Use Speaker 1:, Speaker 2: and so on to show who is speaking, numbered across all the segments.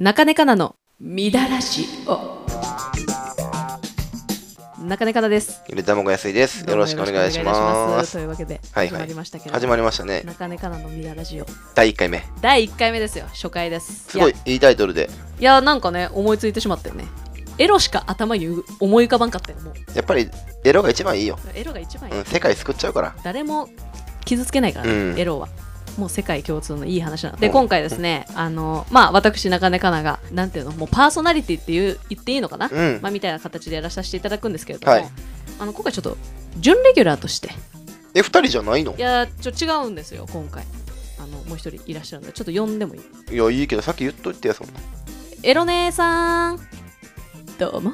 Speaker 1: 中根かなのみだらしを中根かなです
Speaker 2: ゆで卵安いです。
Speaker 1: ど
Speaker 2: よ
Speaker 1: うも
Speaker 2: ろしくお願いします。
Speaker 1: というわけで
Speaker 2: はいはい
Speaker 1: 始まりましたけれども、
Speaker 2: 始まりましたね。
Speaker 1: 中根かなのみだらしを
Speaker 2: 第1回目。
Speaker 1: 第1回目ですよ初回です
Speaker 2: すごい
Speaker 1: い
Speaker 2: いいタイトルで。
Speaker 1: やいやなんかね思いついてしまったよねエロしか頭に思い浮かばんかったよもう
Speaker 2: やっぱりエロが一番いいよ。
Speaker 1: エロが一番いい、
Speaker 2: うん、世界救っちゃうから。
Speaker 1: 誰も傷つけないからね、
Speaker 2: うん
Speaker 1: エロはもう世界共通のいい話なので
Speaker 2: うん
Speaker 1: 今回ですねあのまあ私中根かながなんていうのもうパーソナリティっていう言っていいのかな、
Speaker 2: うん
Speaker 1: ま。あ、みたいな形でやらさせていただくんですけれども、
Speaker 2: はい
Speaker 1: あの今回ちょっと準レギュラーとして
Speaker 2: え、2人じゃないの
Speaker 1: いやちょ違うんですよ今回あのもう一人いらっしゃるんでちょっと呼んでもいい
Speaker 2: いや、いいけど、さっき言っといてや、そんな。
Speaker 1: エロ姉さんどうも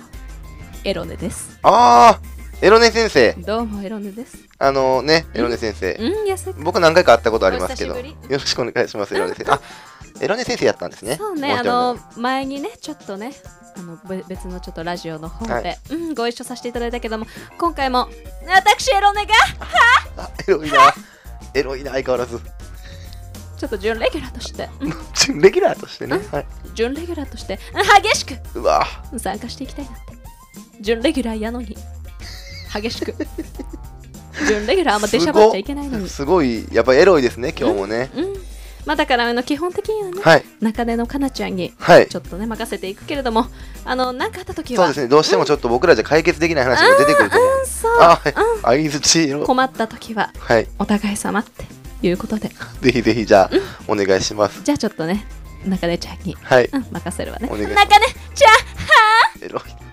Speaker 1: エロネです
Speaker 2: あー、エロネ先生。
Speaker 1: どうもエロネです
Speaker 2: あのね、エロネ先生。
Speaker 1: うん痩せ
Speaker 2: 僕何回か会ったことありますけど、
Speaker 1: お
Speaker 2: よ
Speaker 1: 久しぶ
Speaker 2: ろしくお願いします、エロネ先生。あ、エロネ先生やったんですね。
Speaker 1: そう
Speaker 2: も
Speaker 1: ね
Speaker 2: う一
Speaker 1: あ
Speaker 2: 人
Speaker 1: の前にねちょっとねあのべ別のちょっとラジオの方で、
Speaker 2: はい
Speaker 1: うん、ご一緒させていただいたけども今回も私エロネが
Speaker 2: あ、エロ いな。エロいな、相変わらず。
Speaker 1: ちょっと準レギュラーとしてうん
Speaker 2: ちレギュラーとしてね。はい。
Speaker 1: 準レギュラーとしてうん激しく
Speaker 2: うわ
Speaker 1: 参加していきたいなって準レギュラーやのに激し く準レギュラーあんま出しゃばっちゃいけないのに
Speaker 2: すごい、やっぱエロいですね、今日もね。
Speaker 1: うんまあだからあの基本的にはね
Speaker 2: はい。
Speaker 1: 中根のかなちゃんに
Speaker 2: はい
Speaker 1: ち。ょっとね任せていくけれどもあの何かあった時
Speaker 2: そう
Speaker 1: は
Speaker 2: ですね、どうしてもちょっと僕らじゃ解決できない話が出てくると思う。
Speaker 1: うんそう
Speaker 2: あ、はい。相づちを。
Speaker 1: 困った時は
Speaker 2: はい。
Speaker 1: お互い様っていうことで
Speaker 2: ぜひぜひ、じゃあ、お願いします。
Speaker 1: じゃあちょっとね中根ちゃんに、
Speaker 2: はい。
Speaker 1: うん、任せるわね
Speaker 2: お
Speaker 1: 中
Speaker 2: 願い
Speaker 1: 根
Speaker 2: し
Speaker 1: ち
Speaker 2: ま
Speaker 1: ゃ
Speaker 2: エロい。
Speaker 1: ん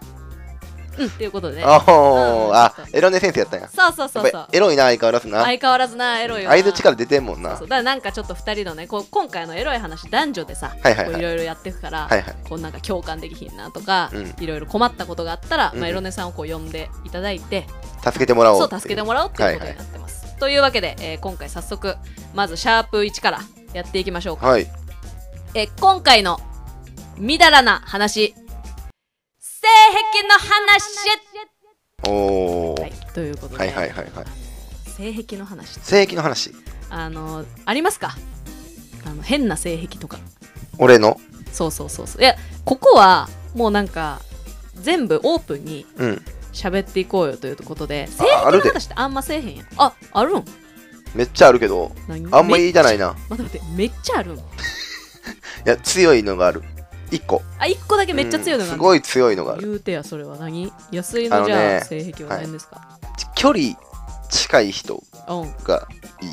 Speaker 1: うんっていうことでね
Speaker 2: あほーあ
Speaker 1: うん、
Speaker 2: エロね先生やったんや。
Speaker 1: そうそうそうそ
Speaker 2: や
Speaker 1: う
Speaker 2: っぱエロいな、相変わらずな。
Speaker 1: 相変わらずなエロいよな
Speaker 2: 相づちから出てんもん
Speaker 1: そう
Speaker 2: な
Speaker 1: そ。うだからなんかちょっと2人のねこう今回のエロい話男女でさ
Speaker 2: はいはいは
Speaker 1: こ
Speaker 2: い
Speaker 1: ういろいろやっていくから、
Speaker 2: はいはい
Speaker 1: こうなんか共感できひんなとか、
Speaker 2: うん
Speaker 1: いろいろ困ったことがあったら、
Speaker 2: うんうん
Speaker 1: まあ、エロネさんをこう呼んでいただいて、
Speaker 2: 助けてもらおう
Speaker 1: そう
Speaker 2: ってい
Speaker 1: 助けてもらおうっていうことになってます、というわけで、えー今回早速まずシャープ1からやっていきましょうか、
Speaker 2: はい。
Speaker 1: えー今回のみだらな話性癖の話
Speaker 2: おー。
Speaker 1: はい、ということで、
Speaker 2: はいはいはいはい。
Speaker 1: 性癖の話
Speaker 2: 性癖の話。
Speaker 1: あのありますかあの変な性癖とか
Speaker 2: 俺の。
Speaker 1: そうそうそうそういやここはもうなんか全部オープンに
Speaker 2: うん。
Speaker 1: 喋っていこうよということで性
Speaker 2: あ
Speaker 1: 癖
Speaker 2: ある
Speaker 1: の
Speaker 2: で
Speaker 1: 話ってあんませえへんやんああるん
Speaker 2: めっちゃあるけど、
Speaker 1: 何
Speaker 2: あんま言いたないいな。
Speaker 1: 待って待ってめっちゃあるん
Speaker 2: いや、強いのがある。一個。
Speaker 1: あ一個だけめっちゃ強いの
Speaker 2: うん
Speaker 1: があ
Speaker 2: す
Speaker 1: る、
Speaker 2: ごい強いのがある。
Speaker 1: 言うてやそれは何安い
Speaker 2: あ
Speaker 1: の
Speaker 2: の
Speaker 1: じ
Speaker 2: ね
Speaker 1: ゃあ性癖は何ですか、
Speaker 2: 距離近い人
Speaker 1: うん
Speaker 2: がいい。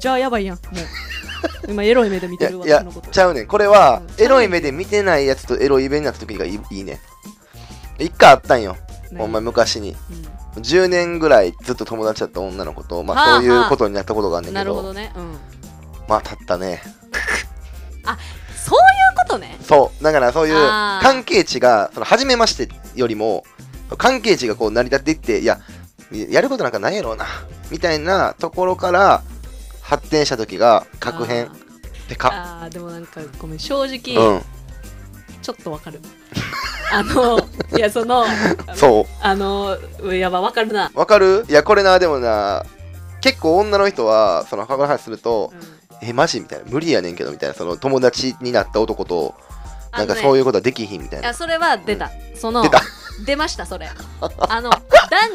Speaker 1: じゃあやばいやんもう今エロい目で見
Speaker 2: い
Speaker 1: て
Speaker 2: や
Speaker 1: る
Speaker 2: い
Speaker 1: 私
Speaker 2: や
Speaker 1: のこと
Speaker 2: ちゃうねんこれは
Speaker 1: うん
Speaker 2: エロい目で見てないやつとエロい目になった時がいいいいねん一回あったんよ
Speaker 1: ね
Speaker 2: お前昔に
Speaker 1: うん
Speaker 2: 10年ぐらいずっと友達だった女の子とま
Speaker 1: はあ
Speaker 2: あそういうことになったことがあんねん
Speaker 1: な
Speaker 2: け
Speaker 1: るほど
Speaker 2: ど
Speaker 1: ね、うん、
Speaker 2: まあたったね
Speaker 1: そういうことね
Speaker 2: そうだからそういう
Speaker 1: あー
Speaker 2: 関係値がその初めましてよりも関係値がこう成り立っていっていややることなんかないやろうなみたいなところから発展した時が確変ペカ
Speaker 1: あーあーでもなんかごめん正
Speaker 2: う
Speaker 1: 直、
Speaker 2: ん
Speaker 1: ちょっとわかるあのいやその
Speaker 2: そう
Speaker 1: あのうんやばわかるな、
Speaker 2: わかるいやこれなでもな結構女の人はその過去の話すると
Speaker 1: うん
Speaker 2: 「えマジ?」みたいな「無理やねんけど」みたいなその友達になった男となんかそう
Speaker 1: いう
Speaker 2: いうことはできひんみたいな
Speaker 1: やそれは出た、その
Speaker 2: 出た
Speaker 1: 出ましたそ れあの男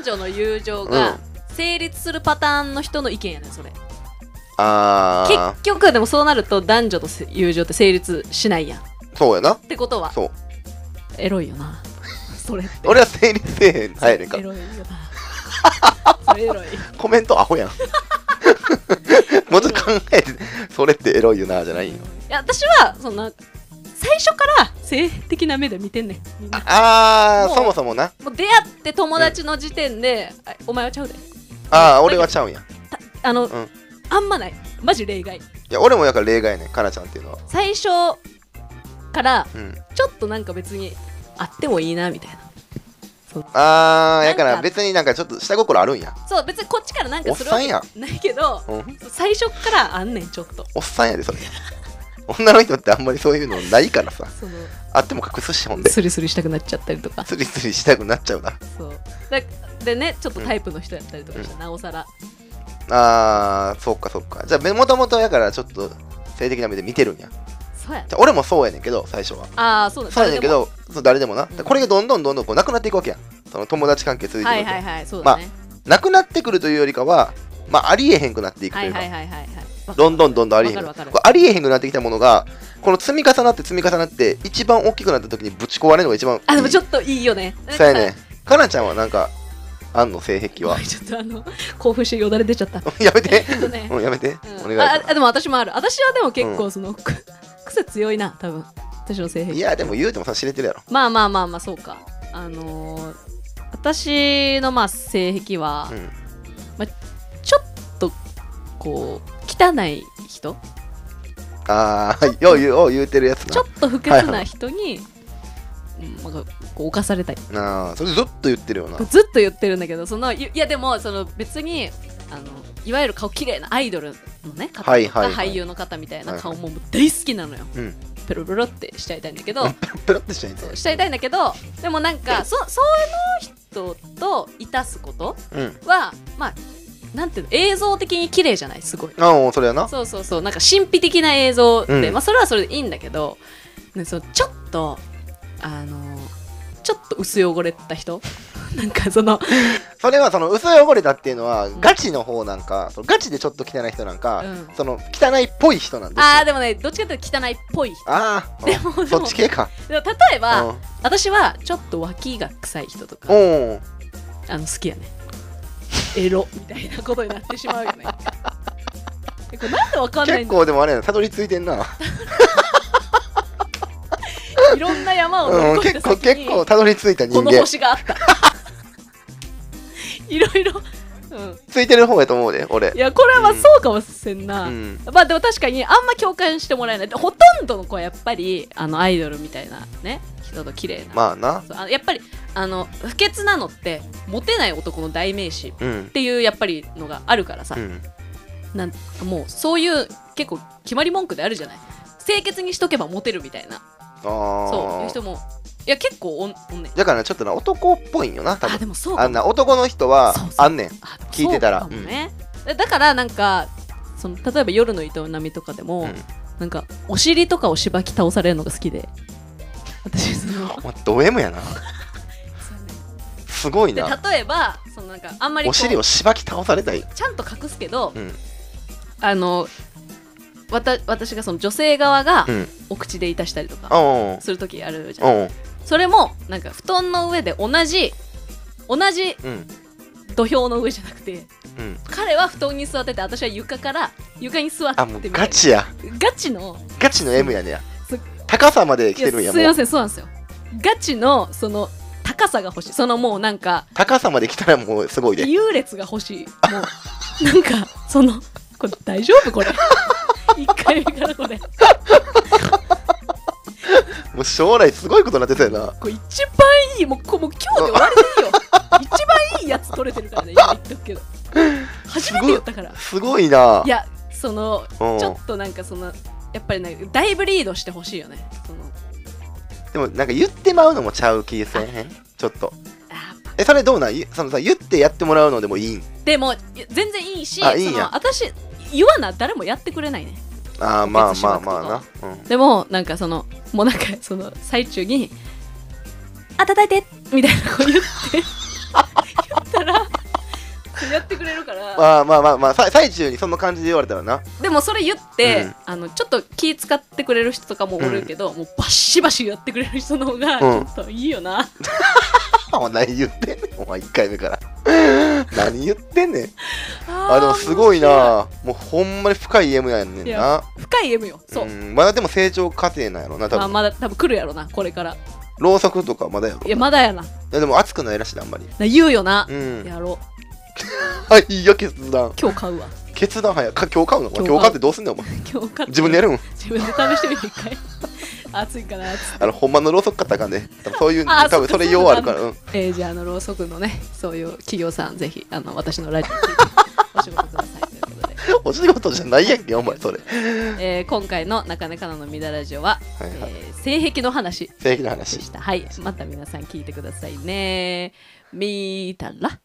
Speaker 1: 女の友情
Speaker 2: う
Speaker 1: が
Speaker 2: ん
Speaker 1: 成立するパターンの人の意見やねんそれ
Speaker 2: あ
Speaker 1: 結局でもそうなると男女とせ友情って成立しないやんっ
Speaker 2: ーそうやな
Speaker 1: てことは
Speaker 2: そう
Speaker 1: エロいよなそれって
Speaker 2: 俺は成立せえへん早いねんか
Speaker 1: エロいよなそれエロい
Speaker 2: コメントア ホやんもうちょっと考えてそれってエロいよなじゃないよ
Speaker 1: や私はそんな最初から性的な目で見てんねんみんな
Speaker 2: あ
Speaker 1: も
Speaker 2: ー
Speaker 1: う
Speaker 2: そもそもな
Speaker 1: もう出会って友達の時点で、あお前はちゃうで
Speaker 2: ああ俺はちゃうんや
Speaker 1: あの、
Speaker 2: ん
Speaker 1: あんまないマジ例外
Speaker 2: いや俺もやから例外やねんかなちゃんっていうのは
Speaker 1: 最初から
Speaker 2: うん
Speaker 1: ちょっとなんか別にあってもいいなみたいな
Speaker 2: あーやか
Speaker 1: なん
Speaker 2: ら
Speaker 1: か
Speaker 2: 別になんかちょっと下心あるんや
Speaker 1: そう別にこっちからなんかする
Speaker 2: お
Speaker 1: わ
Speaker 2: っ
Speaker 1: け
Speaker 2: さんや
Speaker 1: ないけど
Speaker 2: うん
Speaker 1: 最初からあんねんちょっと
Speaker 2: おっさんやでそれ 女の人ってあんまりそういうのないからさ
Speaker 1: その
Speaker 2: あっても隠すしほんで
Speaker 1: スリスリしたくなっちゃったりとか
Speaker 2: スリスリしたくなっちゃうな
Speaker 1: そうだでねちょっとタイプの人やったりとかしたら、なおさら
Speaker 2: あーそっかそっかじゃあもともとやからちょっと性的な目で見てるんや
Speaker 1: そうやね
Speaker 2: じゃあ俺もそうやねんけど最初は
Speaker 1: ああそうだ
Speaker 2: そうやねんけどそう誰でもな、
Speaker 1: うん
Speaker 2: これがどんどんどんどんこうなくなっていくわけやんその友達関係続いてく
Speaker 1: は
Speaker 2: る
Speaker 1: い
Speaker 2: と、
Speaker 1: はいはいそうだね、
Speaker 2: なくなってくるというよりかはまあありえへんくなっていくと
Speaker 1: はいいう
Speaker 2: か、
Speaker 1: はいはいはいはいわかる
Speaker 2: どんどんどんどんありえへん
Speaker 1: わかるわ
Speaker 2: こ
Speaker 1: か
Speaker 2: うありえへんくなってきたものがこの積み重なって積み重なって一番大きくなった時にぶち壊れるのが一番いい
Speaker 1: あでもちょっといいよね
Speaker 2: そうやねかなちゃんはなんかあんの性癖
Speaker 1: ご
Speaker 2: は
Speaker 1: めん ちょっとあの興奮してよだれ出ちゃった
Speaker 2: やめて
Speaker 1: えっとね
Speaker 2: うんやめて、
Speaker 1: うん
Speaker 2: お願い
Speaker 1: あ
Speaker 2: だか
Speaker 1: あでも私もある私はでも結
Speaker 2: う
Speaker 1: 構その、く癖強いな多分私の性
Speaker 2: ら
Speaker 1: 癖
Speaker 2: いやでも言うてもさ知れてるやろ
Speaker 1: まあまあまあまあそうかあのー私のまあ性癖は、
Speaker 2: うん
Speaker 1: ちょっとこう汚い人
Speaker 2: ああ よう言うよう言うてるやつ
Speaker 1: ちょ
Speaker 2: な
Speaker 1: っと不潔な人に、うんなんかこう犯されたい
Speaker 2: なあそれずっと言ってるよな
Speaker 1: ずっと言ってるんだけどそのいいやでもその別にあのいわゆる顔綺麗なアイドルのね方とか、
Speaker 2: はいはいはい
Speaker 1: 俳優の方みたいな顔
Speaker 2: は
Speaker 1: も大好きなのよ、
Speaker 2: うん
Speaker 1: ペロペロってしちゃいたいんだけど、
Speaker 2: ペロってしちゃいんだ
Speaker 1: そ
Speaker 2: よ
Speaker 1: うしちゃいたいんだけどでもなんかそそういうの人といたすこと
Speaker 2: うん
Speaker 1: はまあなんていうの映像的に綺麗じゃないすごい
Speaker 2: ああそれやな
Speaker 1: そうそうそうなんか神秘的な映像で、
Speaker 2: うん
Speaker 1: まあそれはそれでいいんだけど、ね、そうちょっとあのちょっと薄汚れた人 なんかその、
Speaker 2: それはその薄汚れたっていうのはガチの方なんかそのガチでちょっと汚い人なんか、
Speaker 1: うん
Speaker 2: その汚いっぽい人なんですよ
Speaker 1: ああでもねどっちかというと汚いっぽい人
Speaker 2: ああ
Speaker 1: でもでも
Speaker 2: そっち系か
Speaker 1: でも例えば、私はちょっと脇が臭い人と
Speaker 2: う
Speaker 1: か
Speaker 2: んうん
Speaker 1: あの好きやねエロみたいなことになってしまうよ ねえこれなんでわかんない
Speaker 2: 結
Speaker 1: んだ
Speaker 2: 構でもあれやなたどり着いてんな、
Speaker 1: いろんな山を
Speaker 2: うん、
Speaker 1: 登り越
Speaker 2: 結
Speaker 1: えた先
Speaker 2: 構結
Speaker 1: に
Speaker 2: 構たどり着いた人
Speaker 1: この
Speaker 2: 間
Speaker 1: 星があった いろいろ、うん、
Speaker 2: ついてる方やと思うで俺
Speaker 1: いやこれはまあそうかもせんな、
Speaker 2: うん
Speaker 1: まあでも確かにあんま共感してもらえないでほとんどの子はやっぱりあのアイドルみたいなね人と綺麗な、
Speaker 2: まあな
Speaker 1: そうあのやっぱりあの不潔なのってモテない男の代名詞っ
Speaker 2: うん
Speaker 1: ていうやっぱりのがあるからさ、
Speaker 2: うん
Speaker 1: なんもうそういう結構決まり文句であるじゃない清潔にしとけばモテるみたいな
Speaker 2: あ
Speaker 1: そういう
Speaker 2: あ
Speaker 1: 人もいや結構おんおんねん
Speaker 2: だからちょっとな男っぽいんよな多
Speaker 1: あ
Speaker 2: 分
Speaker 1: でもそう
Speaker 2: あ
Speaker 1: か
Speaker 2: ん
Speaker 1: も
Speaker 2: な男の人は
Speaker 1: そうそう
Speaker 2: あんねん
Speaker 1: あでも
Speaker 2: 聞いてたら
Speaker 1: そうかもねだだからなんかその例えば夜の営みとかでも、
Speaker 2: うん
Speaker 1: なんかお尻とかをしばき倒されるのが好きで私その
Speaker 2: お前ド M やなすごい
Speaker 1: で
Speaker 2: な
Speaker 1: 例えばそのなんかあんまりこ
Speaker 2: お
Speaker 1: う
Speaker 2: 尻をしばき倒されたい
Speaker 1: ちゃんと隠すけど、
Speaker 2: うん
Speaker 1: あのわた私がその女性側が
Speaker 2: うん
Speaker 1: お口でいたしたりとか
Speaker 2: うん
Speaker 1: する時あるじゃん、
Speaker 2: うん
Speaker 1: それもなんか布団の上で同じ同じ
Speaker 2: うん
Speaker 1: 土俵の上じゃなくて
Speaker 2: うん
Speaker 1: 彼は布団に座ってて私は床から床に座って
Speaker 2: あ
Speaker 1: み
Speaker 2: もう
Speaker 1: たいな
Speaker 2: ガチや
Speaker 1: ガチの
Speaker 2: ガチの M やねや
Speaker 1: そ
Speaker 2: 高さまで来
Speaker 1: いや
Speaker 2: てるんや
Speaker 1: すい
Speaker 2: も
Speaker 1: ま
Speaker 2: う
Speaker 1: せんそうなんですよガチのその高さが欲しいそのもうなんか
Speaker 2: 高さまで来たらもうすごいで
Speaker 1: 優劣が欲しいもうなんかそのこれ大丈夫こ れ一回目からこれ
Speaker 2: もう将来すごいことになってたよな
Speaker 1: これ一番いいもうこもう今日で終わりでいい よ一番いいやつ取れてるからね今言っとくけど初めて言ったから
Speaker 2: すごいない
Speaker 1: やその
Speaker 2: うん
Speaker 1: ちょっとなんかそのやっぱりねだいぶリードしてほしいよねその
Speaker 2: でもなんか言ってまうのもちゃう気せえへんちょっと
Speaker 1: あー
Speaker 2: えそれどうなんいそのさ言ってやってもらうのでもいいん
Speaker 1: でもいや全然いいし
Speaker 2: あいいんや
Speaker 1: その私言わな誰もやってくれないね
Speaker 2: ああまあまあまあ
Speaker 1: お手
Speaker 2: な、うん、
Speaker 1: でもなんかそのもうなんかその最中に「あ叩いて!」みたいなこう言って言ったらやってくれるから
Speaker 2: まあまあまあまあさ最中にそんな感じで言われたらな
Speaker 1: でもそれ言って、
Speaker 2: うん
Speaker 1: あのちょっと気使ってくれる人とかもおるけど、もうバシバシやってくれる人の方がち
Speaker 2: う
Speaker 1: ょ
Speaker 2: ん
Speaker 1: っといいよな、
Speaker 2: お前何言ってんねんお前1回目から何言ってんねんあ
Speaker 1: ー
Speaker 2: でもすごいなもうほんまに深い M やねん
Speaker 1: い
Speaker 2: な
Speaker 1: や深い M よそう、
Speaker 2: ん、まだでも成長過程なんやろな多
Speaker 1: まあ、
Speaker 2: 分、
Speaker 1: まだ多分来るやろなこれから
Speaker 2: ろうそくとかまだやろ
Speaker 1: いやまだやない
Speaker 2: やでも熱くないらしいであんまり
Speaker 1: な言うよな
Speaker 2: う、ん
Speaker 1: やろう
Speaker 2: はいいいよ決断
Speaker 1: 今日買うわ
Speaker 2: 決断早いか今日買うのお前
Speaker 1: 今
Speaker 2: 今
Speaker 1: 日買う
Speaker 2: 日買ってどうすんねんお前
Speaker 1: 今日買って
Speaker 2: 自分でやるん
Speaker 1: 自分で試してみて一回 暑いかなっつって
Speaker 2: あのほんまのろうそく買ったらあかんね 多分そういう
Speaker 1: あー
Speaker 2: 多分
Speaker 1: そ
Speaker 2: そ
Speaker 1: っか
Speaker 2: れ用あるからうん
Speaker 1: えー、じゃああのろうそくのねそういう企業さんぜひあの私のラ ジオに聞いてお仕事くださいということで、
Speaker 2: お仕事じゃないやんけお前それ
Speaker 1: えー、今回の「なかなかなのみだラジオは」
Speaker 2: はいはい
Speaker 1: えー性癖の話
Speaker 2: 正義
Speaker 1: で
Speaker 2: の話
Speaker 1: したはいまた皆さん聞いてくださいね見たら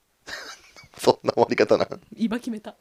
Speaker 2: そんな終わり方なん
Speaker 1: 今決めた